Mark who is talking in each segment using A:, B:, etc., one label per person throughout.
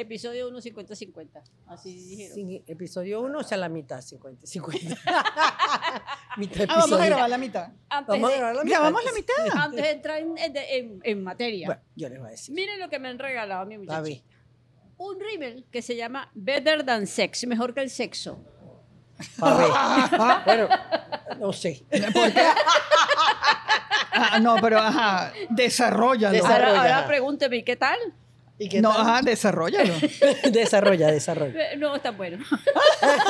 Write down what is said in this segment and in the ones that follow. A: episodio 1, 50-50. Así dijeron.
B: Sí, episodio 1, o sea, la mitad, 50, 50. mitad
C: Ah, vamos a
B: episodio.
C: grabar la mitad.
A: Antes,
B: Vamos a
A: de,
B: grabar la mitad.
C: ¿Grabamos la mitad?
A: antes de entrar en, en- en- en materia.
B: Bueno, yo les voy a decir.
A: Miren lo que me han regalado a mi
B: A
A: muchacho.
B: ver,
A: Un rímel que se llama Better Than Sex, mejor que el sexo.
B: a ver. bueno, no sé.
C: Ah, no, pero ajá, desarrollalo.
B: Desarrolla.
A: Ahora, ahora pregúnteme, ¿y qué tal?
B: ¿Y qué
C: No,
B: tal?
C: ajá, desarrollalo.
B: Desarrolla, desarrolla.
A: Eh, No, está bueno.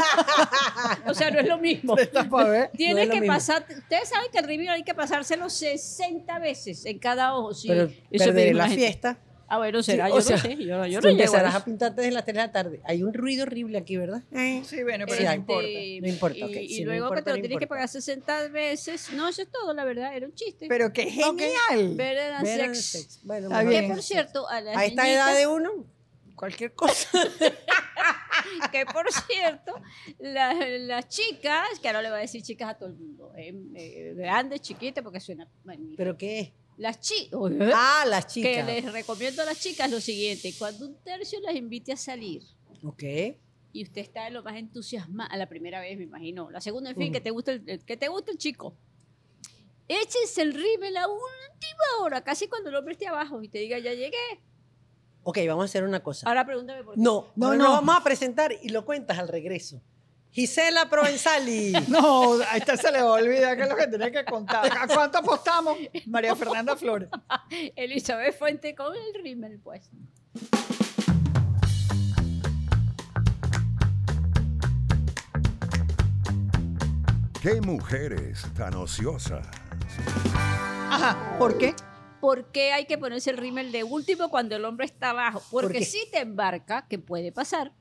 A: o sea, no es lo mismo.
C: Está pa' ver.
B: No
A: Tiene
B: es lo
A: que
B: mismo.
A: pasar, ustedes saben que el rímel hay que pasárselo 60 veces en cada ojo. Sí,
B: Pero
A: Eso me
B: perderé
A: dijo
B: la
A: gente.
B: fiesta.
A: Ah, bueno, será,
B: Sí,
A: yo
B: o sea,
A: no sé, yo, no- yo
B: Tú
A: no llego a
B: empezarás
A: eso.
B: a pintarte desde las 3 de la tarde. Hay un ruido horrible aquí, ¿verdad?
C: Sí, bueno, pero
B: Sí,
C: no
B: hay.
C: importa.
A: Este,
B: No importa,
A: Y,
B: ok,
A: y
B: sí, no
A: luego que
B: importa,
A: te lo
B: no
A: tienes que
B: importa.
A: pagar 60 veces. No, eso es todo, la verdad, era un chiste.
C: Pero qué genial.
A: Better than
B: Better than
A: sex.
B: sex. Bueno,
C: Está
B: mejor
C: bien.
A: Que
B: que
A: por
B: sex.
A: cierto, a las
B: a esta
A: niñitas-
B: edad de uno, cualquier cosa.
A: que por cierto, la- las chicas, que ahora le voy a decir chicas a todo el mundo, eh, eh, grandes, chiquitas, porque suena magnífico.
B: ¿Pero qué es?
A: las chicas,
B: Ah, las
A: ¿Eh? que
B: chicas.
A: les recomiendo a las chicas lo siguiente, cuando un tercio las invite a salir
B: Ok.
A: y usted está de lo más entusiasmada, la primera vez me imagino, la segunda, en fin,
B: Ujú.
A: que te gusta el, el- que te gusta el chico. Échense el rímel a última hora, casi cuando el hombre esté abajo y te diga, ya llegué.
B: Ok, vamos a hacer una cosa.
A: Ahora pregúntame por qué.
B: No,
C: No,
B: no, no.
C: no.
B: vamos a presentar y lo cuentas al regreso. Gisela Provenzali.
C: No, a esta se le va a olvidar que es lo que tenía que contar. ¿A cuánto apostamos? María Fernanda Flores.
A: Elizabeth Fuente con el rímel, pues.
D: ¡Qué mujeres tan ociosas!
C: Ajá, ¿por qué?
A: ¿Por qué hay que ponerse el rímel de último cuando el hombre está abajo? Porque
B: qué?
A: si te embarca, que puede pasar.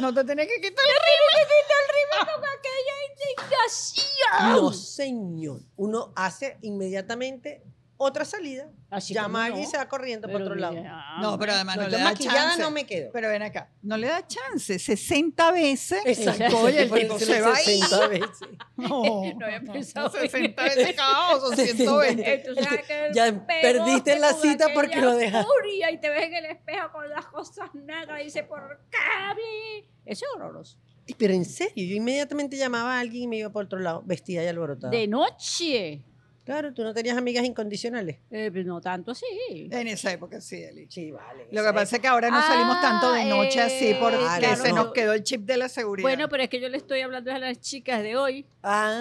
C: No te tenés que quitar
A: ¡Te quita el rímel con aquella
B: No,
A: indignación!
B: señor. Uno hace inmediatamente otra salida.
A: Así
B: llama
A: como
B: a alguien
A: no.
B: y se va corriendo para otro lado.
A: "Ah,
C: No, pero además ah, no,
B: no,
C: le
B: yo
C: da
B: maquillada
C: chance.
B: no me quedo.
C: Pero ven acá, no le da chance. 60 veces.
B: Exacto.
C: Oye, el
B: Por
C: tipo
B: eso
C: se
B: le
C: va
B: 60 veces.
C: No,
A: No había pensado en
C: 60 veces cada ojo, son 120.
B: Ya perdiste la cita porque lo dejaste.
A: Y te ves en el espejo con las cosas nada y dice, ¿por qué? a mí?". Eso es horroroso.
B: Pero en serio, yo inmediatamente llamaba a alguien y me iba para otro lado, vestida y alborotada.
A: De noche.
B: Claro, tú no tenías amigas incondicionales.
A: Eh, pero no tanto así.
C: En esa época sí, Eli.
B: Sí, vale.
C: Lo que pasa es que ahora no salimos
A: Ah,
C: tanto de noche así
A: eh,
C: porque
B: claro,
C: se
B: no.
C: nos quedó el chip de la seguridad.
A: Bueno, pero es que yo le estoy hablando a las chicas de hoy.
B: Ah.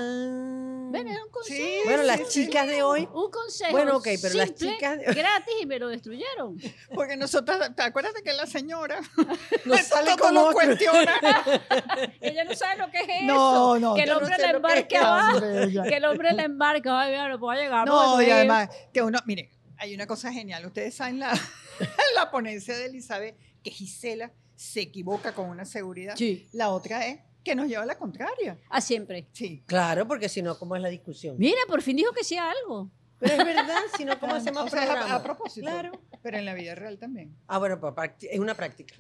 A: Ven, es un consejo.
C: Mm. Sí,
B: Bueno,
C: sí,
B: las
C: sí,
B: chicas de hoy.
A: Un consejo.
B: Bueno, ok, pero las
A: simple,
B: chicas-
A: Gratis y me lo destruyeron.
C: Porque nosotros, ¿te acuerdas de que la señora
B: No
C: Eso
B: sale
C: todo
B: con
C: lo
B: otro.
C: cuestiona?
A: Ella no sabe lo que es
C: No,
A: eso.
C: no,
A: que el
C: yo no
A: hombre
C: sé
A: la
C: lo que
A: embarque
C: es.
A: abajo.
C: Ella.
A: Que el hombre la embarque. Ay, mira, no puedo llegar. eh,
C: No,
A: voy a
C: y
A: ir.
C: además, que uno, mire, hay una cosa genial. Ustedes saben la, la ponencia de Elizabeth, que Gisela se equivoca con una seguridad.
A: Sí.
C: La otra es que nos lleva a la contraria.
A: A siempre.
C: Sí.
B: Claro, porque si no, ¿cómo es la discusión?
A: Mira, por fin dijo que sí a algo.
B: Pero es verdad, si no, ¿cómo
C: Ah, O
B: hacemos
C: sea, es
B: programa?
C: a, a propósito.
B: Claro.
C: Pero en la vida real también.
B: Ah, bueno, pa- practi- es una práctica.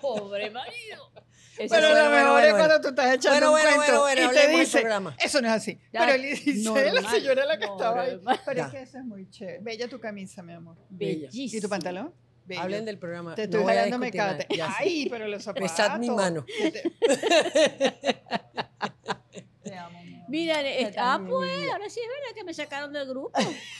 A: Pobre marido. Eso
B: bueno,
C: Pero lo
B: bueno,
C: mejor
B: bueno,
C: es
B: bueno.
C: cuando tú estás echando
B: Bueno,
C: un
B: bueno,
C: cuento
B: bueno, bueno,
C: y te
B: hablemos del
C: dice,
B: programa.
C: eso no es así.
A: Ya,
C: pero él dice, la
A: normal,
C: señora la que estaba ahí.
A: normal.
C: Pero es
B: Ya.
C: que eso es muy chévere. Bella tu camisa, mi amor.
A: Bellísimo.
C: ¿Y tu pantalón? Bello.
B: Hablen del programa.
C: Te estoy
B: no voy a
C: jalando
B: discutir nada,
C: mecate.
B: ya sé.
C: Ay, pero los zapatos.
B: Besad mi mano.
C: Que Te, te amo. mi amor.
A: Mira,
C: Yo
A: eh, ah,
C: también, mi
A: pues,
C: vida.
A: ahora sí es verdad que me sacaron del grupo.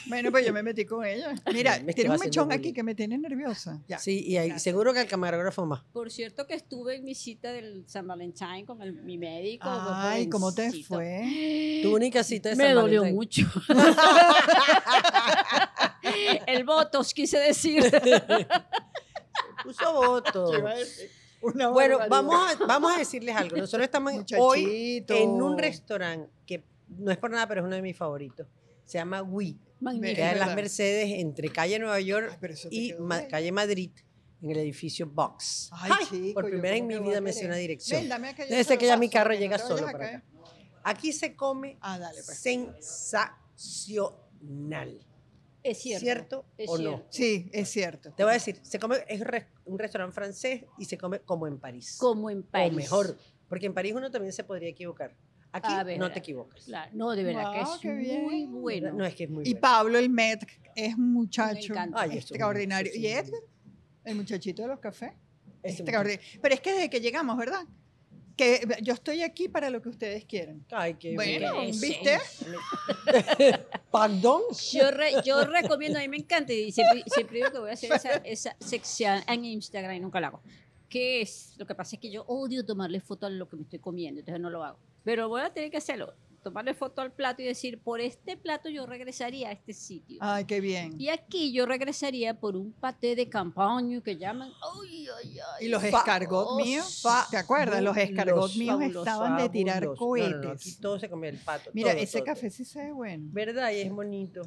C: Bueno, pues yo me metí con ella. Mira,
B: Me estaba
C: tiene un
B: haciendo
C: mechón aquí
B: bullying.
C: que me tiene nerviosa. Ya.
B: Sí, y ahí- seguro que el camarógrafo más.
A: Por cierto, que estuve en mi cita del San Valentín con el- mi médico.
C: Ay, ¿cómo te
A: jovencito.
C: fue?
B: Tu única cita de
A: Me
B: San
A: dolió
B: Valentín.
A: mucho. el votos, quise decir.
B: Puso voto.
C: Yo iba a decir una
B: Bueno,
C: barbaridad.
B: vamos a, vamos a decirles algo. Nosotros estamos hoy
C: Muchachito.
B: en un restaurante que no es por nada, pero es uno de mis favoritos. Se llama Wii, que
A: Magnífico.
B: es en las
C: verdad.
B: Mercedes entre calle Nueva
C: Ay,
B: York
C: pero eso te
B: y
C: quedó
B: Ma-
C: bien.
B: calle Madrid en el edificio Box.
C: Ay, chico,
B: por
C: yo
B: primera vez en
C: cómo
B: mi
C: te voy a
B: vida me sé
C: querer.
B: una
C: Ven,
B: dirección.
C: dame aquello
B: Debe ser
C: solo
B: que ya mi
C: paso,
B: carro
C: que no
B: llega
C: te vayas
B: solo
C: a
B: para
C: caer.
B: acá. Aquí se come
C: Ah, dale, pues.
B: sensacional.
A: Es
B: ¿Cierto,
A: cierto. es
B: o no?
A: cierto.
C: Sí, es cierto.
B: Te voy a decir, se come, es res- un restaurante francés y se come como en París.
A: Como en París.
B: O mejor, porque en París uno también se podría equivocar. Aquí
C: Ah,
A: A ver,
B: no te equivocas.
A: Claro, No, de verdad que
C: Guau, qué
A: es muy
C: bien.
A: bueno.
B: No es que es muy
C: Y
B: bueno.
C: Pablo el Met es un muchacho
A: Me encanta.
B: Ay, es un-
C: extraordinario.
B: es un-
C: Y Edgar El muchachito de los cafés.
B: Ese
C: Extraordinario. Pero es que desde que llegamos, ¿verdad? Que yo estoy aquí para lo que ustedes quieran.
B: Ay, qué
C: Bueno,
A: bien.
C: ¿viste?
B: Perdón.
A: Yo, re- yo recomiendo, a mí me encanta y siempre, siempre digo que voy a hacer esa, esa sección en Instagram y nunca la hago. ¿Qué es? Lo que pasa es que yo odio tomarle foto a lo que me estoy comiendo, entonces no lo hago. Pero voy a tener que hacerlo, tomarle foto al plato y decir, por este plato yo regresaría a este sitio.
C: Ay, qué bien.
A: Y aquí yo regresaría por un paté de campaña que llaman... ¡Ay, ay, ay!
C: Y los escargot míos, ¿te acuerdas? Los escargot míos
B: oh, Fabuloso,
C: estaban de tirar
B: fabuloso. No, no, no, aquí
C: cohetes.
B: todo se comía el pato.
C: Mira,
B: todo,
C: ese
B: todo,
C: café sí se ve bueno.
B: todo. ¿Verdad? Y es bonito.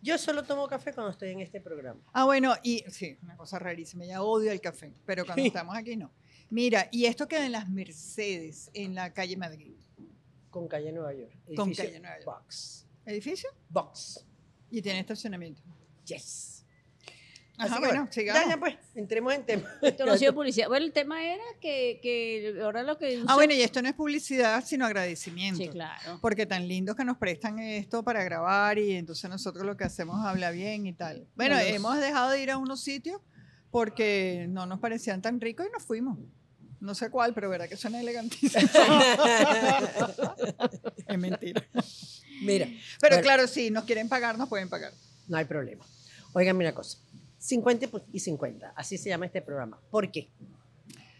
B: Yo solo tomo café cuando estoy en este programa.
C: Ah, bueno, y sí, una cosa rarísima, ya odio el café, pero cuando estamos aquí no. Mira, y esto queda en las Mercedes, en la calle Madrid.
B: Con calle Nueva York.
C: Con
B: edificio
C: calle Nueva York.
B: Box.
C: ¿Edificio?
B: Box.
C: Y tiene estacionamiento.
B: Yes. Así
C: Ajá,
B: que
C: bueno, sigamos.
B: Ya, ya, pues, entremos en tema.
A: Esto no ha sido publicidad. Bueno, el tema era que, que ahora lo que...
C: Ah,
A: uso-
C: bueno, y esto no es publicidad, sino agradecimiento.
A: Sí, claro.
C: Porque tan lindos que nos prestan esto para grabar y entonces nosotros lo que hacemos habla bien y tal. Bueno,
B: Bueno, es-
C: hemos dejado de ir a unos sitios porque no nos parecían tan ricos y nos fuimos. No sé cuál, pero verdad que suena elegantísimo. es mentira.
B: Mira,
C: Pero
B: Bueno.
C: claro, si nos quieren pagar, nos pueden pagar.
B: no hay problema. Oigan, una cosa. 50 y pu- y 50. Así se llama este programa. ¿Por qué?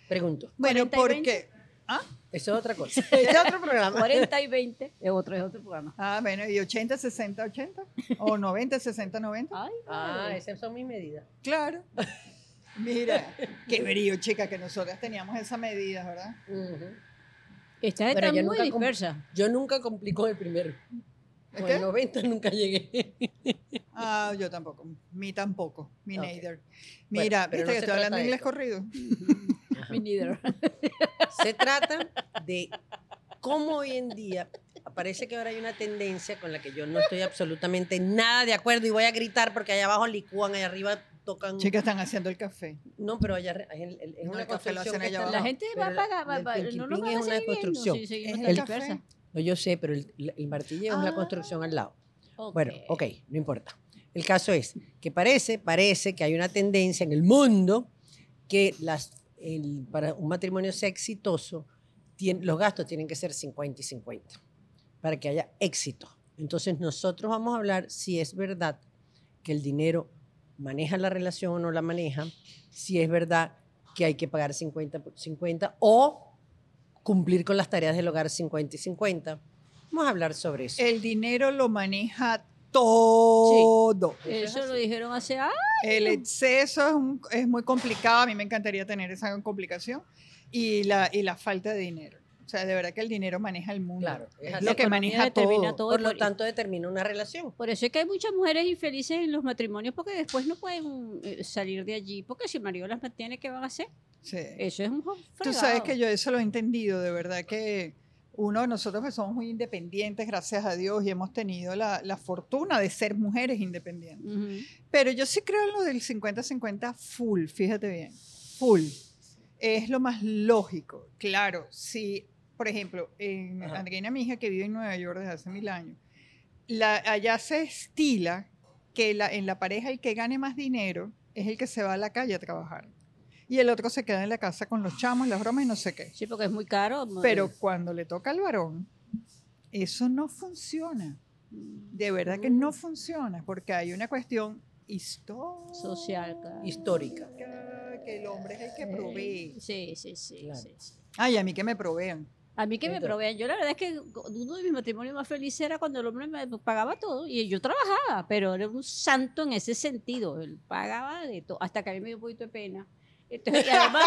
B: Pregunto.
A: 40
C: Bueno,
A: y
C: porque... ¿Ah?
B: Eso es otra cosa. Este es otro programa.
A: 40 y 20 es otro, es otro programa.
C: ah, bueno, y 80, 60, 80. O 90, 60, 90.
A: Ay,
B: Ah,
A: madre.
B: esas son mis medidas.
C: Claro. Mira, qué brillo, chica, que nosotras teníamos esa medida, ¿verdad?
B: Ujú.
A: Esta está
B: Pero yo
A: muy
B: nunca com-
A: dispersa.
B: Yo nunca cumplí con el primero.
C: ¿El
B: Con
C: qué?
B: el 90 nunca llegué.
C: Ah, yo tampoco. Mi tampoco. Mi
B: Ok.
C: neither. Mira,
B: pero
C: viste
B: no
C: que
B: se
C: estoy
B: trata
C: hablando
B: de
C: inglés
B: esto. Mm.
C: corrido.
A: Me neither.
B: Se trata de cómo hoy en día parece que ahora hay una tendencia con la que yo no estoy absolutamente nada de acuerdo y voy a gritar porque allá abajo licúan, allá arriba tocan.
C: Chicas, están haciendo el café.
B: No, pero allá arri- es, el- el- es
C: No,
B: una
C: el café lo
B: construcción
C: hacen
B: que
C: allá
B: está-
C: abajo.
A: La gente va a
B: pero la-
A: pagar, va,
B: el
A: va-
B: Pinky
A: no nos
B: Pink
A: van a
B: es una
A: seguir viendo.
B: construcción.
A: Sí,
C: Es
A: seguimos
C: el,
A: tan
C: café.
A: dispersa.
B: No, yo sé, pero el, el martillo es
A: Ah.
B: una construcción al lado.
A: Ok.
B: Bueno, ok, no importa. El caso es que parece, parece que hay una tendencia en el mundo que las, el- para un matrimonio sea exitoso, tien- los gastos tienen que ser 50 y 50 para que haya éxito. Entonces nosotros vamos a hablar si es verdad que el dinero maneja la relación o no la maneja, si es verdad que hay que pagar 50 por 50 o cumplir con las tareas del hogar 50 y 50. Vamos a hablar sobre eso.
C: El dinero lo maneja todo.
A: Eso lo dijeron hace años.
C: El exceso es, un- es muy complicado. A mí me encantaría tener esa complicación. Y la, y la falta de dinero. O sea, de verdad que el dinero maneja el mundo.
B: Claro, es
C: Es
B: así.
C: lo que
A: Economía
C: maneja
A: determina
C: todo.
A: todo.
B: Por lo
A: por-
B: tanto, determina una relación.
A: Por eso es que hay muchas mujeres infelices en los matrimonios porque después no pueden eh, salir de allí porque si el marido las mantiene, ¿qué van a hacer?
C: Sí.
A: Eso es un jo-
C: Tú
A: fregado.
C: sabes que yo eso lo he entendido, de verdad que uno de nosotros que somos muy independientes, gracias a Dios, y hemos tenido la, la fortuna de ser mujeres independientes.
A: Ujú.
C: Pero yo sí creo en lo del 50-50 full, fíjate bien, full. Es lo más lógico, claro. Si, por ejemplo, en
B: Ajá.
C: Andreina, mi hija que vive en Nueva York desde hace mil años, la- allá se estila que la- en la pareja el que gane más dinero es el que se va a la calle a trabajar. Y el otro se queda en la casa con los chamos, las bromas y no sé qué.
A: Sí, porque es muy caro.
C: Pero cuando le toca al varón, eso no funciona. De verdad que no funciona, porque hay una cuestión histórica.
A: Social, claro.
B: Histórica.
C: Que el hombre es el que
A: Eh,
C: provee.
A: Sí, sí, sí,
B: Claro.
A: sí, sí.
C: Ay, a mí que me provean.
A: A mí que me
B: Entonces-
A: provean. Yo la verdad es que uno de mis matrimonios más felices era cuando el hombre me pagaba todo y yo trabajaba, pero era un santo en ese sentido. Él pagaba de todo, hasta que a mí me dio un poquito de pena. Entonces, y además,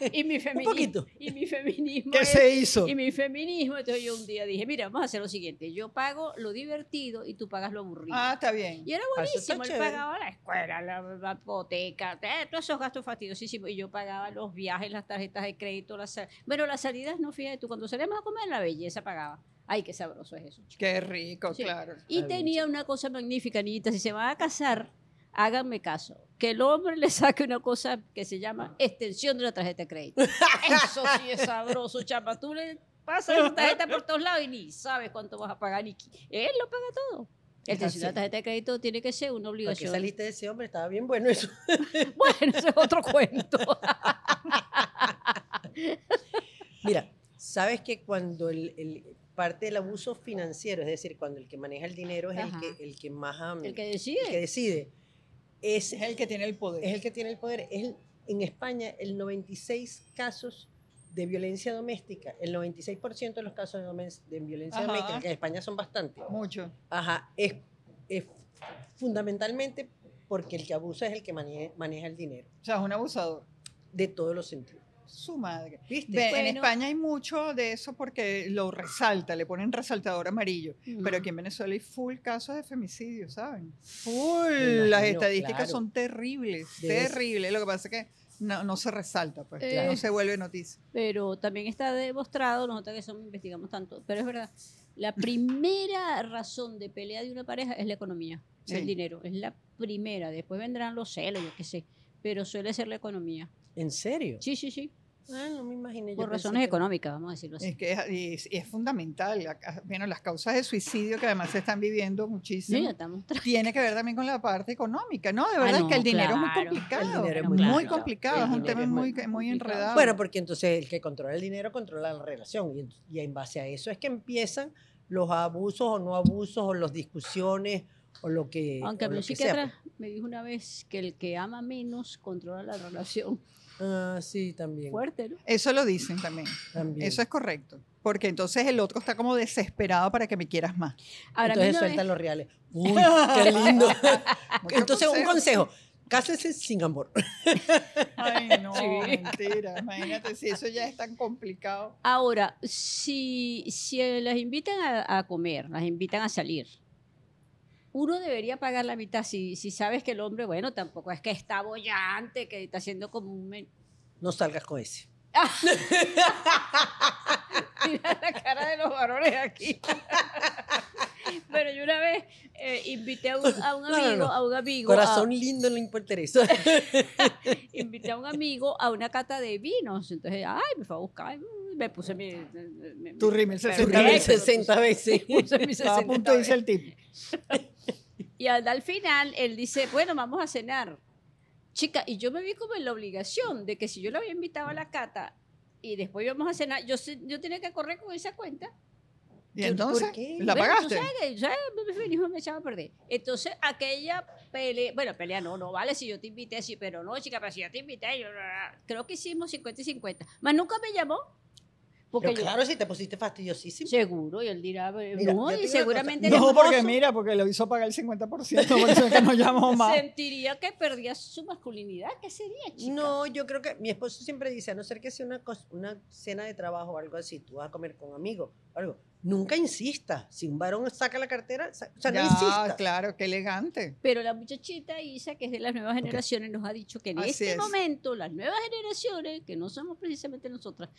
A: y, y mi feminismo.
B: poquito.
A: Y mi feminismo.
C: ¿Qué
A: es-
C: se hizo?
A: y mi feminismo. Entonces yo un día dije, mira, vamos a hacer lo siguiente. Yo pago lo divertido y tú pagas lo aburrido.
C: Ah, está bien.
A: Y era
B: Ah, eso está
A: buenísimo, él
B: chévere.
A: pagaba la escuela, la, la hipoteca, eh, todos esos gastos fastidiosísimos. Y yo pagaba los viajes, las tarjetas de crédito, las sal- bueno, las salidas, no fíjate tú, cuando salíamos a comer, la belleza pagaba. Ay, qué sabroso es eso. chico.
C: Qué rico,
A: Sí.
C: claro.
A: Y
B: Está bien,
A: tenía una cosa magnífica, niñita, si se van a casar, háganme caso, que el hombre le saque una cosa que se llama extensión de la tarjeta de crédito. Eso sí es sabroso, chapa, tú le pasas la tarjeta por todos lados y ni sabes cuánto vas a pagar, ni qui- él lo paga todo. El
B: Así.
A: de la tarjeta de crédito tiene que ser una
B: Porque
A: obligación.
B: saliste de ese hombre, estaba bien bueno eso.
A: Bueno, eso es otro cuento.
B: Mira, sabes que cuando el, el- parte del abuso financiero, es decir, cuando el que maneja el dinero es el
A: Ajá.
B: que, el que más am,
A: El que
B: el que
A: decide.
B: decide, es,
C: Es el que tiene el poder.
B: es el que tiene el poder. Es el- en España, el 96 casos de violencia doméstica, el 96% de los casos de, domen- de violencia
C: Ajá.
B: doméstica, que en España son bastantes,
C: Mucho.
B: ajá, es, es fundamentalmente porque el que abusa es el que mane- maneja el dinero,
C: O sea, es un abusador.
B: de todos los sentidos.
C: Su madre.
B: ¿Viste?
C: Ve, En
A: Bueno.
C: España hay mucho de eso porque lo resalta, le ponen resaltador amarillo. Pero
A: Ujú.
C: aquí en Venezuela hay full casos de femicidio, ¿saben? Full.
B: Me
C: Las
B: imagino,
C: estadísticas
B: claro.
C: son terribles,
B: Debe-
C: terribles. Lo que pasa es que no, no se resalta, pues.
A: Eh.
C: No se vuelve noticia.
A: pero también está demostrado, nosotros que somos investigamos tanto, pero es verdad, la primera razón de pelea de una pareja es la economía,
C: Sí.
A: el dinero, es la primera, después vendrán los celos, yo qué sé, pero suele ser la economía.
B: ¿En serio?
A: Sí, sí, sí,
B: Ah, no me imaginé. yo
A: por
B: pensé
A: razones
B: que-
A: económicas, vamos a decirlo así.
C: Es que es, es- es fundamental. La ca- Bueno, las causas de suicidio que además se están viviendo muchísimo.
A: Sí, ya estamos tra-
C: Tiene que ver también con la parte económica, ¿no? De verdad es
A: Ah, no,
C: que el dinero es muy
A: claro.
C: complicado.
B: El dinero es
C: muy,
B: muy
C: complicado.
B: complicado.
C: Es
B: El
C: un tema
B: dinero es
C: muy,
B: muy
C: muy
A: complicado.
C: enredado.
B: Bueno, porque entonces el que controla el dinero controla la relación y, ent- y en base a eso es que empiezan los abusos o no abusos o las discusiones o lo que
A: Aunque
B: o lo
A: mi
B: que sea,
A: psiquiatra me dijo una vez que el que ama menos controla la relación.
B: pues. Ah, sí, también.
A: Fuerte, ¿no?
C: Eso lo dicen también.
B: también.
C: Eso es correcto. Porque entonces el otro está como desesperado para que me quieras más.
A: Ahora, a mí
B: entonces
A: una
B: sueltan
A: vez-
B: los reales. Uy, qué lindo.
C: Mucho
B: entonces un consejo, cásese sin amor.
C: Ay, no,
A: Sí.
C: mentira. Imagínate si eso ya es tan complicado.
A: Ahora, si, si eh, las invitan a, a comer, las invitan a salir, uno debería pagar la mitad si, si sabes que el hombre, bueno, tampoco es que está bollante, que está haciendo como un... men-
B: No salgas con ese.
A: Mira la cara de los varones aquí. Pero yo una vez eh, invité a un, a un
B: No, no,
A: amigo,
B: no.
A: a un amigo, a-
B: Corazón lindo no importa eso.
A: invité a un amigo a una cata de vinos. Entonces, ay, me fue a buscar, me puse mi... mi-
C: Tu
A: mi-
C: rímel se
A: Pero
B: Tú
A: Correcto.
B: ríes
A: rímel
B: 60 veces.
A: puse mi
C: Estaba a
A: 60
C: punto dice el tipo.
A: Y al, al final él dice, bueno, vamos a cenar. Chica, y yo me vi como en la obligación de que si yo la había invitado a la cata y después íbamos a cenar, yo, se- yo tenía que correr con esa cuenta.
C: ¿Y
B: ¿Por
C: entonces?
B: qué?
C: ¿La
A: Bueno, tú
C: pagaste?
A: sabes que- ¿sabes? Me- me- me- me echaba a perder. Entonces, aquella pelea, bueno, pelea no, no vale si yo te invité, sí, pero no, chica, pero si yo te invité, yo, creo que hicimos 50 y 50. Más nunca me llamó. Porque
B: Pero
A: yo-
B: claro, si te pusiste fastidiosísimo.
A: seguro, y él dirá,
B: Mira, yo
A: no,
B: te digo
A: y
B: una
A: seguramente
B: cosa.
A: el
C: No, porque
A: esposo-
C: mira, porque lo hizo pagar el 50%, por eso es que no llamó más.
A: sentiría que perdía su masculinidad. ¿Qué sería, chica?
B: No, yo creo que mi esposo siempre dice, a no ser que sea una, cos- una cena de trabajo o algo así, tú vas a comer con amigos o algo, nunca insista. Si un varón saca la cartera, sa- o sea, no
C: Ya,
B: insista.
C: claro, qué elegante.
A: Pero la muchachita Isa, que es de las nuevas generaciones, nos ha dicho que en
C: Así
A: este
C: es.
A: momento las nuevas generaciones, que no somos precisamente nosotras,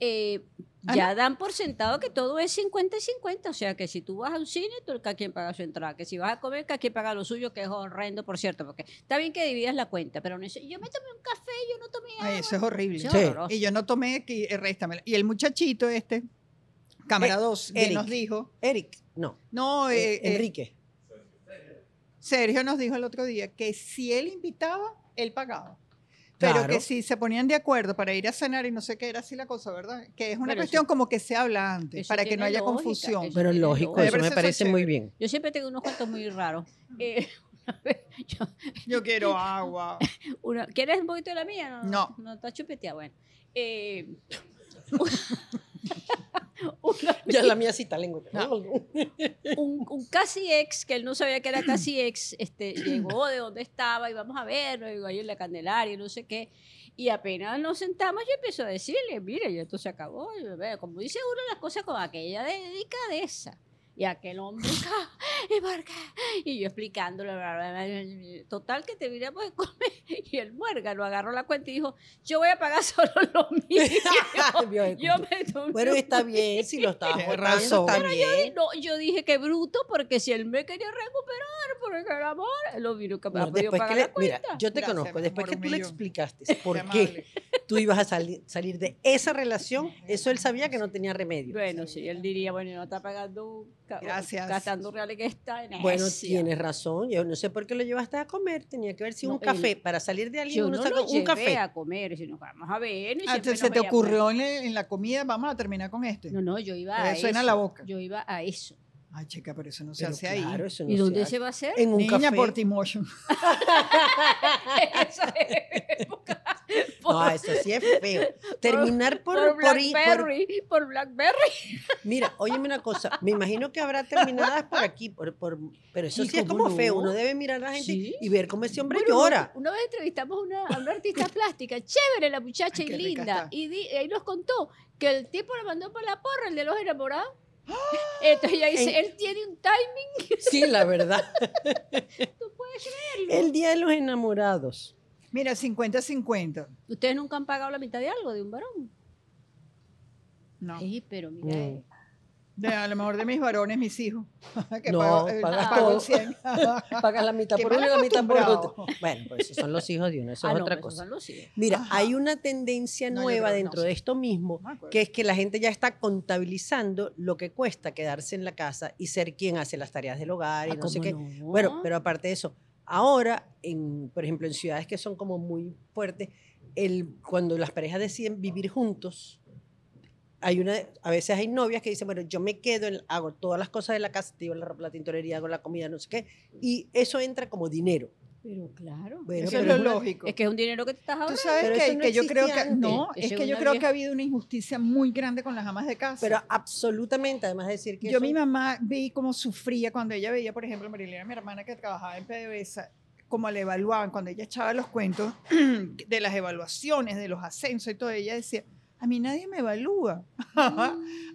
A: eh,
C: Ah,
A: ya dan por sentado que todo es 50 y 50. O sea, que si tú vas a un cine, tú cada quien paga su entrada. Que si vas a comer, cada quien paga lo suyo, que es horrendo, por cierto. Porque está bien que dividas la cuenta, pero no es, yo me tomé un café, yo no tomé
C: Ay,
A: agua".
C: eso es horrible.
A: Eso es
B: Sí.
A: horroroso.
C: Y yo no tomé aquí, eh, réstamelo. Y el muchachito este, cámara
B: Eh,
C: 2, que
B: Eric.
C: nos dijo,
B: Eric, no,
C: no, eh,
B: eh,
C: eh,
B: Enrique.
C: Sergio nos dijo el otro día que si él invitaba, él pagaba. Pero
B: Claro.
C: que si se ponían de acuerdo para ir a cenar y no sé qué era así la cosa, ¿verdad? Que es una
A: Pero
C: cuestión como que se habla antes,
A: eso
C: para que
A: tiene
C: no haya
A: lógica,
C: confusión.
A: eso-
B: Pero
A: tiene
B: lógico,
A: lógica.
B: eso
C: Me
B: me
C: parece
B: parece
C: eso
B: muy bien.
A: Yo siempre tengo unos cuentos muy raros.
C: Mm.
A: Eh, una vez yo-
C: Yo quiero agua.
A: Una- ¿Quieres un poquito de la mía?
C: No.
A: No, está chupeteada, bueno. Eh, una-
B: Ya la mía sí está lengua.
C: No.
A: un, un casi ex, que él no sabía que era casi ex, este, llegó de donde estaba y vamos a ver, ¿no? digo, ahí en la Candelaria, no sé qué. Y apenas nos sentamos, yo empiezo a decirle, mire, ya esto se acabó. y, bueno, como dice uno las cosas con aquella dedicadeza. Y aquel hombre, "Ah, ¿y por qué?". Y yo explicándole, bla, bla, bla, bla. total que terminamos de comer. Y el muérgano agarró la cuenta y dijo, yo voy a pagar solo lo mío. Yo me tomé
B: Bueno,
A: un
B: está bien, si lo estaba
C: Tiene
B: botando,
C: razón.
B: está
C: Pero
A: y
B: bien.
A: No, yo dije que bruto, porque si él me quería recuperar por el amor, lo vino que me
B: No,
A: ha podido
B: después que
A: pagar
B: le-
A: la
B: mira,
A: cuenta.
B: yo te
C: Gracias,
B: conozco,
C: mi
B: después
C: amor,
B: que
C: un
B: tú le
C: millón.
B: explicaste por
C: Qué
B: qué
C: amable.
B: tú ibas a sali- salir de esa relación, eso él sabía que no tenía remedio.
A: Bueno, sí, él diría, bueno, no está pagando, ca-
C: Gracias.
A: gastando reales que está en
B: Bueno,
A: Asia.
B: tienes razón. Yo no sé por qué lo llevaste a comer. Tenía que haber sido
A: No,
B: un café.
A: él-
B: Para salir de alguien,
A: Yo
B: uno
A: no
B: saca
A: lo
B: un café.
A: a comer, sino vamos a ver. y
C: Ah,
A: siempre
C: te-
A: nos
C: se te
A: veíamos.
C: ocurrió en, el- en la comida, vamos a terminar con este.
A: No, no, yo iba
C: Te
A: a
C: suena
A: eso.
C: la boca.
A: Yo iba a eso.
C: Ay, chica, pero eso no se
B: Pero
C: hace
B: claro,
C: ahí.
B: eso no
A: ¿Y
B: se
A: dónde
B: hace.
A: se va a hacer?
B: En un
C: Niña
B: café.
C: por Timotion.
A: En esa época. Por,
B: No, eso sí es feo. Terminar por,
A: por
B: por i- por-
A: Blackberry. Por Blackberry.
B: Mira, óyeme una cosa. Me imagino que habrá terminadas por aquí, por, por- pero eso
A: Sí,
B: sí, es
A: ¿cómo
B: como
A: no?
B: feo. Uno debe mirar a la gente
A: Sí.
B: y ver cómo ese hombre
A: Bueno,
B: llora.
A: Una vez entrevistamos una- a una artista plástica, chévere la muchacha
C: Ay,
A: y
C: qué rica
A: linda.
C: está.
A: Y di- ahí nos contó que el tipo la mandó para la porra, el de los enamorados. Entonces ella dice, él tiene un timing,
B: Sí, la verdad.
A: tú puedes
B: El día de los enamorados.
C: Mira, 50-50.
A: ¿Ustedes nunca han pagado la mitad de algo de un varón?
C: No.
A: Sí, pero mira.
B: Mm.
A: eh,
C: De- a lo mejor de mis varones, mis hijos. que
B: No,
C: pago- eh,
B: pagas
C: pago
B: todo.
C: el 100. Ah,
B: Pagas la mitad
C: Qué
B: por uno y
C: mal
B: la mitad por otro.
C: acostumbrado.
B: Bueno, pues esos son los hijos de uno, eso
A: ah,
B: es
A: no,
B: otra
A: pero esos
B: cosa.
A: son los hijos.
B: Mira,
C: Ajá.
B: hay una tendencia
C: No, yo
B: nueva
C: creo que no,
B: dentro
C: sí.
B: de esto mismo,
C: No me acuerdo.
B: que es que la gente ya está contabilizando lo que cuesta quedarse en la casa y ser quien hace las tareas del hogar y
A: Ah,
B: no sé
A: ¿cómo
B: qué.
A: no?
B: Bueno, pero aparte de eso, ahora, en, por ejemplo, en ciudades que son como muy fuertes, el, cuando las parejas deciden vivir juntos, hay una, a veces hay novias que dicen, bueno, yo me quedo, en- hago todas las cosas de la casa, tiro la ropa, la tintorería, hago la comida, no sé qué, y eso entra como dinero.
A: Pero claro.
B: Bueno,
C: Eso es
B: pero
C: lo
B: es una-
C: lógico.
A: Es que es un dinero que te estás
C: Tú
A: ahorrando.
C: sabes
B: Pero eso
C: que,
B: no
C: que yo creo que
B: existía
C: no,
A: antes.
C: es
A: Eso
C: que
A: es
C: yo
A: una
C: creo que
A: vieja-
C: ha habido una injusticia muy grande con las amas de casa.
B: Pero absolutamente, además de decir que
C: yo
B: eso-
C: mi mamá vi cómo sufría cuando ella veía, por ejemplo, Marilena, mi hermana que trabajaba en PDVSA, cómo la evaluaban, cuando ella echaba los cuentos de las evaluaciones, de los ascensos y todo, ella decía, a mí nadie me evalúa,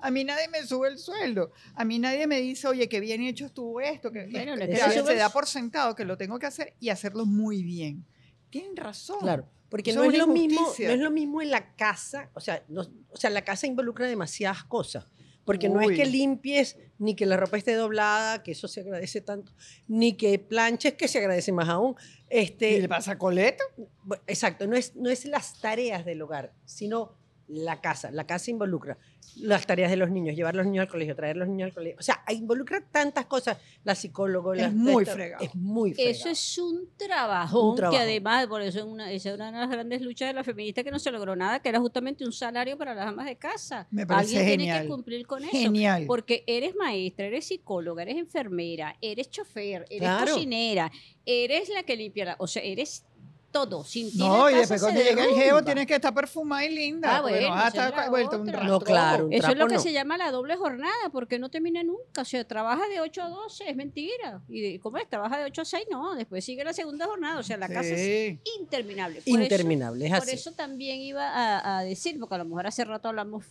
C: a mí nadie me sube el sueldo, a mí nadie me dice, oye, qué bien hecho estuvo esto, que
A: Bueno,
C: esto".
A: lo
B: que
C: Ya
B: se
C: se
B: sube-
C: da por sentado que lo tengo que hacer y hacerlo muy bien. Tienen razón.
B: Claro, porque
C: Eso
B: no
C: es
B: es,
C: una
B: lo mismo,
C: injusticia.
B: no es lo mismo en la casa, o sea, no- o sea, la casa involucra demasiadas cosas, porque no es
C: Uy.
B: que limpies, ni que la ropa esté doblada, que eso se agradece tanto, ni que planches, que se agradece más aún.
C: ¿Qué le
B: Este,
C: pasa a Coleta?
B: bu- exacto, no es, no es las tareas del hogar, sino la casa. La casa involucra las tareas de los niños, llevar a los niños al colegio, traer a los niños al colegio. O sea, involucra tantas cosas. La psicóloga,
C: Es
B: la-
C: muy
B: esto-
C: fregado.
B: Es muy fregado.
A: Eso es un trabajo,
B: Un trabajo.
A: que además, por eso es una, esa es una de las grandes luchas de la feminista que no se logró nada, que era justamente un salario para las amas de casa.
C: Me parece
A: Alguien tiene
C: genial.
A: que cumplir con eso.
C: Genial.
A: Porque eres maestra, eres psicóloga, eres enfermera, eres chofer, eres
B: Claro.
A: cocinera, eres la que limpia la, o sea, eres todo. Sin ti
C: No,
A: la
C: y
A: casa
C: después
A: se
C: cuando llega el jevo
A: derrumba.
C: tienes que estar perfumada y linda.
A: Ah,
C: porque no
A: bueno,
C: vas a
A: esa es
C: estar
A: la
C: vuelta un
A: otra.
C: rato.
B: No, claro, un
A: Eso es lo
B: trapo
A: que
B: no.
A: se llama la doble jornada, porque no termina nunca. O sea, trabaja de 8 a 12, es mentira. ¿Y de- cómo es? Trabaja de 8 a 6, no. Después sigue la segunda jornada. O sea, la casa es
C: Sí.
A: interminable. Por
B: Interminable, es
A: Eso, por
B: así.
A: eso también iba a, a decir, porque a lo mejor hace rato hablamos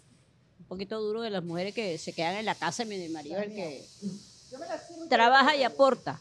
A: un poquito duro de las mujeres que se quedan en la casa y mi marido es el que trabaja y aporta.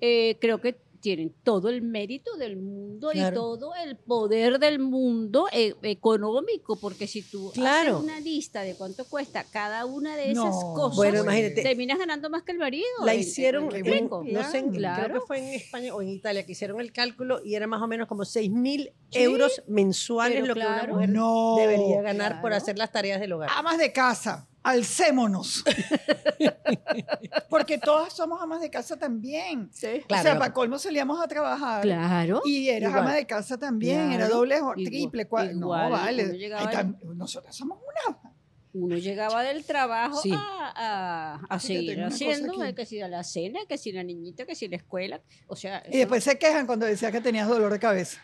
A: Eh, creo que tienen todo el mérito del mundo y
B: Claro.
A: todo el poder del mundo eh, económico, porque si tú
B: Claro.
A: haces una lista de cuánto cuesta cada una de esas
C: No,
A: cosas, pues,
B: Bueno, imagínate,
A: terminas ganando más que el marido.
B: la
A: en- en-
B: hicieron,
A: en
C: qué
B: en-
A: rico.
B: no sé, en- creo
A: Claro.
B: que fue en España o en Italia que hicieron el cálculo y era más o menos como 6 mil euros mensuales
A: pero
B: lo que
A: claro.
B: una mujer
C: No.
B: debería ganar por
A: Claro.
B: hacer las tareas del hogar.
C: Amas de casa, alcémonos. Porque todas somos amas de casa también.
B: Claro.
C: O sea, para colmo salíamos a trabajar.
A: Claro.
C: Y eras
B: Igual.
C: ama de casa también, era
A: Claro.
C: doble o
A: Igual-
C: triple, cua-
A: igual,
C: no vale.
A: uno llegaba
C: Ahí
A: y-
C: tam- Nosotras somos una.
A: Uno llegaba del trabajo
B: Sí.
A: a, a- a
C: Fíjate,
A: seguir
C: tengo una cosa
A: haciendo,
C: aquí.
A: eh, que si a la cena, que si la niñita, que si la escuela, o sea...
C: Y
A: eso-
C: después se quejan cuando decías que tenías dolor de cabeza.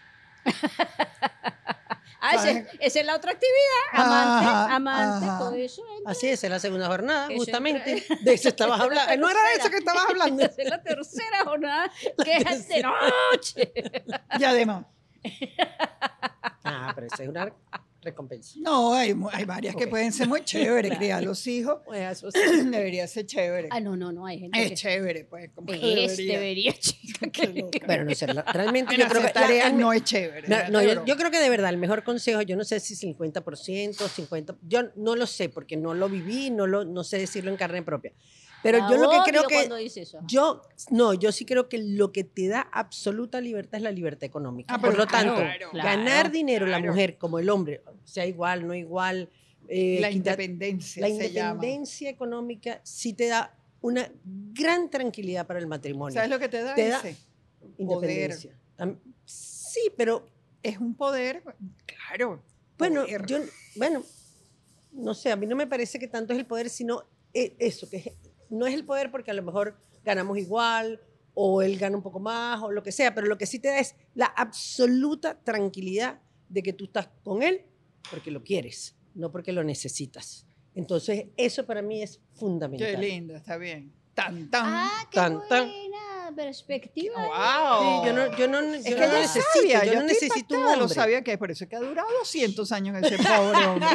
A: ah, ese- esa es la otra actividad, amante,
C: Ajá,
A: amante,
C: ajá.
A: todo eso. entra.
B: Así es, es la segunda jornada,
A: Eso
B: justamente. De eso estabas hablando. No era de eso que estabas hablando.
A: Esa es la tercera jornada, que es de noche.
C: Y además,
B: Ah, pero esa es una recompensa.
C: no, hay, mu- hay varias
B: Ok.
C: que pueden ser muy chéveres. Criar a los hijos
B: Pues,
C: debería ser chévere.
A: Ah, no, no, no, hay gente
C: Es chévere, pues. Como que
A: que... Es,
C: debería.
A: debería, chica,
C: Qué
A: que-
C: loca.
B: Bueno, no sé, la- realmente
C: En
B: yo creo
C: hacer
B: que...
C: tareas
B: el-
C: no es chévere.
B: No,
C: ¿verdad?
B: no, yo,
C: Pero-
B: yo creo que de verdad el mejor consejo, yo no sé si 50%, 50%, yo no lo sé porque no lo viví, no, lo, no sé decirlo en carne propia, Pero
A: La
B: yo lo que
A: odio
B: creo que...
A: cuando dice eso.
B: Yo, no, yo sí creo que lo que te da absoluta libertad es la libertad económica.
C: Ah,
B: Por
C: pero
B: lo tanto,
C: claro,
A: claro,
B: ganar dinero la
C: claro.
B: mujer como el hombre, sea igual, no igual, eh,
C: la
B: equidad-
C: independencia
B: la
C: se llama.
B: independencia económica sí te da una gran tranquilidad para el matrimonio.
C: ¿Sabes lo que te da?
B: Te da-
C: Ese.
B: Independencia. Tam- Sí, pero
C: Es un poder, pues, claro.
B: bueno,
C: poder.
B: yo, bueno, no sé, a mí no me parece que tanto es el poder, sino e- eso, que es- no es el poder porque a lo mejor ganamos igual o él gana un poco más o lo que sea, pero lo que sí te da es la absoluta tranquilidad de que tú estás con él porque lo quieres, no porque lo necesitas. Entonces, eso para mí es fundamental.
C: Qué lindo, está bien. Tan, tan.
A: Ah, qué
B: Tan, tan.
A: buena perspectiva.
C: ¡Wow!
B: Ah, Sí, yo no, yo no, yo
C: Es que
B: no
C: yo
B: necesito,
C: sabía,
B: yo,
C: yo
B: no
C: estoy
B: necesito un
C: impactada,
B: hombre.
C: Lo sabía que es por eso que ha durado 200 años ese pobre hombre.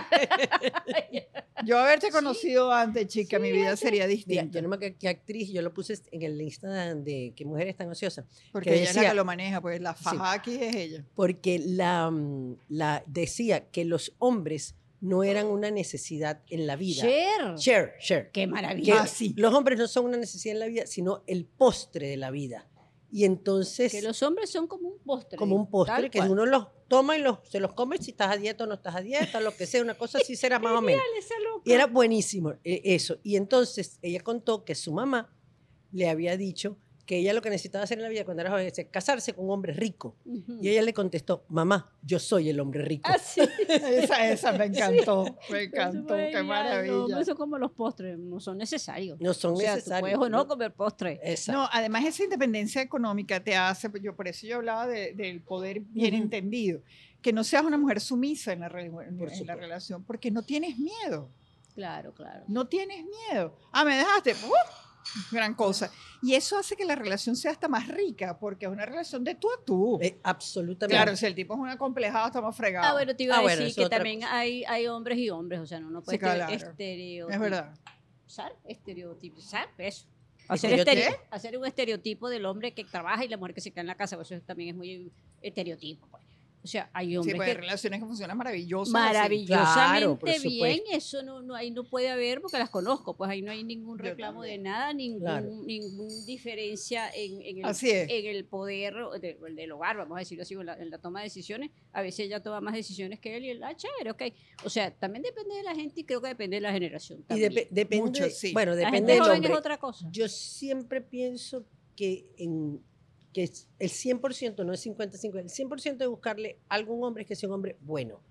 C: Yo haberte conocido antes, chica, mi vida sería
B: Mira,
C: distinta.
B: yo no me acuerdo qué actriz, yo lo puse en el Instagram de que mujeres tan ociosas.
C: porque
B: que
C: ella es la
B: decía-
C: que lo maneja, pues la faja aquí es ella.
B: porque la, mm, la decía que los hombres no eran una necesidad en la vida.
A: Cher.
B: Share, share.
A: Qué
B: Que
A: maravilla.
C: Ah, sí.
B: los hombres no son una necesidad en la vida, sino el postre de la vida. Y entonces,
A: Que los hombres son como un postre.
B: como un
A: tal
B: postre, que
A: cual.
B: uno los toma y los, se los come si estás a dieta o no estás a dieta, lo que sea, una cosa así será más o menos.
A: Dale, esa loca.
B: Y era buenísimo eh, eso. Y entonces ella contó que su mamá le había dicho que ella lo que necesitaba hacer en la vida cuando era joven es casarse con un hombre rico.
A: Ujú.
B: Y ella le contestó, mamá, yo soy el hombre rico.
A: Ah, sí.
C: Esa, esa me encantó. Me
A: Eso
C: encantó.
A: fue
C: Qué
A: genial, no,
B: pues,
C: maravilla.
A: Eso como los postres, no son necesarios.
B: No son
A: o sea, tú
B: necesarios.
A: puedes o no comer postre.
B: Exacto.
C: No, además esa independencia económica te hace, pues, yo por eso yo hablaba de- del poder bien
B: Ujú.
C: entendido, que no seas una mujer sumisa en la, re- en la
B: supuesto.
C: relación, porque no tienes miedo,
A: Claro, claro.
C: no tienes miedo. Ah, me dejaste, ¡uh! gran cosa. Y eso hace que la relación sea hasta más rica, porque es una relación de tú a tú.
B: Eh, absolutamente.
C: claro, si el tipo es un acomplejado, estamos fregados.
A: Ah, bueno, te iba
B: Ah,
A: a
B: bueno,
A: decir
B: eso es
A: que
B: otra
A: también hay, hay hombres y hombres, o sea, no, no puedes
C: claro.
A: estereotipos.
C: es verdad.
A: Estereotipizar, eso.
B: Ah,
A: Hacer,
B: ¿Estereotipo?
A: estere- hacer un estereotipo del hombre que trabaja y la mujer que se queda en la casa, pues eso también es muy estereotipo. pues. O sea, hay
C: Sí,
A: hombres
C: pues hay
A: que
C: relaciones que funcionan maravillosas. así.
A: maravillosamente
B: Claro, por supuesto.
A: bien, eso no, no, ahí no puede haber porque las conozco, pues ahí no hay ningún
C: Yo
A: reclamo de
C: también.
A: nada, ningún,
B: Claro.
A: ningún diferencia en, en el,
C: Así es.
A: en el poder de- del hogar, vamos a decirlo así, en la, en la toma de decisiones. A veces ella toma más decisiones que él y él, ah, chévere, ok. O sea, también depende de la gente y creo que depende de la generación.
B: Y
A: También.
B: depe- depende,
C: Mucho, sí.
B: bueno,
A: la
B: depende
A: gente
B: del
A: joven
B: hombre.
A: es otra cosa.
B: Yo siempre pienso que, en, que es- el 100%, no es 50-50, el 100% de buscarle a algún hombre es que sea un hombre bueno.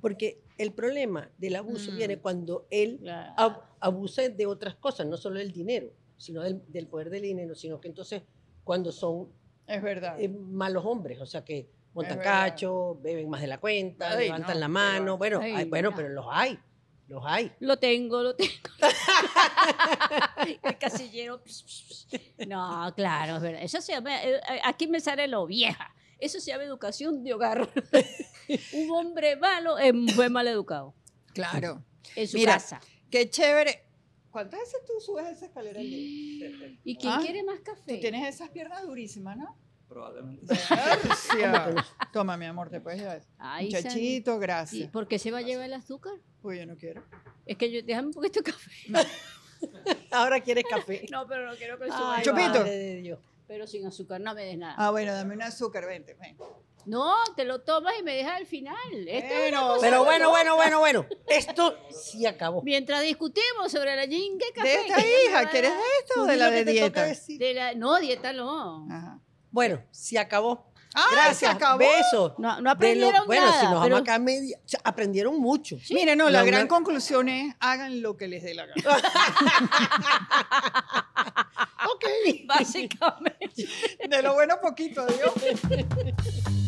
B: Porque el problema del abuso
C: Mm.
B: viene cuando él
A: Claro.
B: ab- abusa de otras cosas, no solo del dinero, sino del, del poder del dinero, sino que entonces cuando son
C: Es verdad.
B: eh, malos hombres, o sea que montan
C: verdad.
B: cacho, beben más de la cuenta,
C: Ay,
B: levantan
C: no,
B: la
C: qué
B: mano,
C: va.
B: bueno,
A: Ay,
B: hay- bueno,
A: no.
B: pero los hay, los hay.
A: Lo tengo, lo tengo. el casillero. pss, pss, pss. No, claro, es verdad. Eso se llama, eh, eh, aquí me sale lo vieja. Eso se llama educación de hogar. Un hombre malo es fue mal educado
C: Claro.
A: en su
C: Mira.
A: casa.
C: Qué chévere. ¿Cuántas veces tú subes esa escalera al día?
A: ¿Y quién
C: Ah,
A: quiere más café?
C: Tú tienes esas piernas durísimas, ¿no?
E: Probablemente.
C: Gracias. Toma, mi amor, te puedes llevar.
A: Ay, Sandy.
C: Muchachito,
A: ¿Y
C: gracias.
A: por qué se va a llevar el azúcar?
C: Uy, yo no quiero.
A: Es que yo, déjame un poquito de café.
B: Ahora quieres café.
A: No, pero no quiero que eso
B: Ay,
C: Chupito.
B: madre de Dios.
A: Pero sin azúcar, no me des nada.
C: Ah, bueno, dame un azúcar, vente. ven.
A: No, te lo tomas y me dejas al final. Esto es una
C: Bueno,
A: cosa
B: Pero
A: de
B: bueno,
A: loco.
B: bueno, bueno, bueno. Esto sí acabó.
A: Mientras discutimos sobre la jinga café.
C: De esta
A: que yo me voy
C: hija,
A: a
C: ¿quieres
A: dar.
C: de esta o de la de dieta?
A: De la, no, dieta no.
B: Ah.
C: Ajá.
B: Bueno, sí acabó.
C: Ah, se
B: Gracias.
C: acabó.
B: Besos.
A: No, no
B: De lo-
A: aprendieron
B: bueno,
A: nada.
B: si nos
A: pero
B: vamos acá a media, o sea, aprendieron mucho.
C: Mira, no, la
B: La
C: gran
B: una-
C: conclusión es hagan lo que les dé la gana.
B: Ok.
A: Básicamente.
C: De lo bueno poquito, adiós.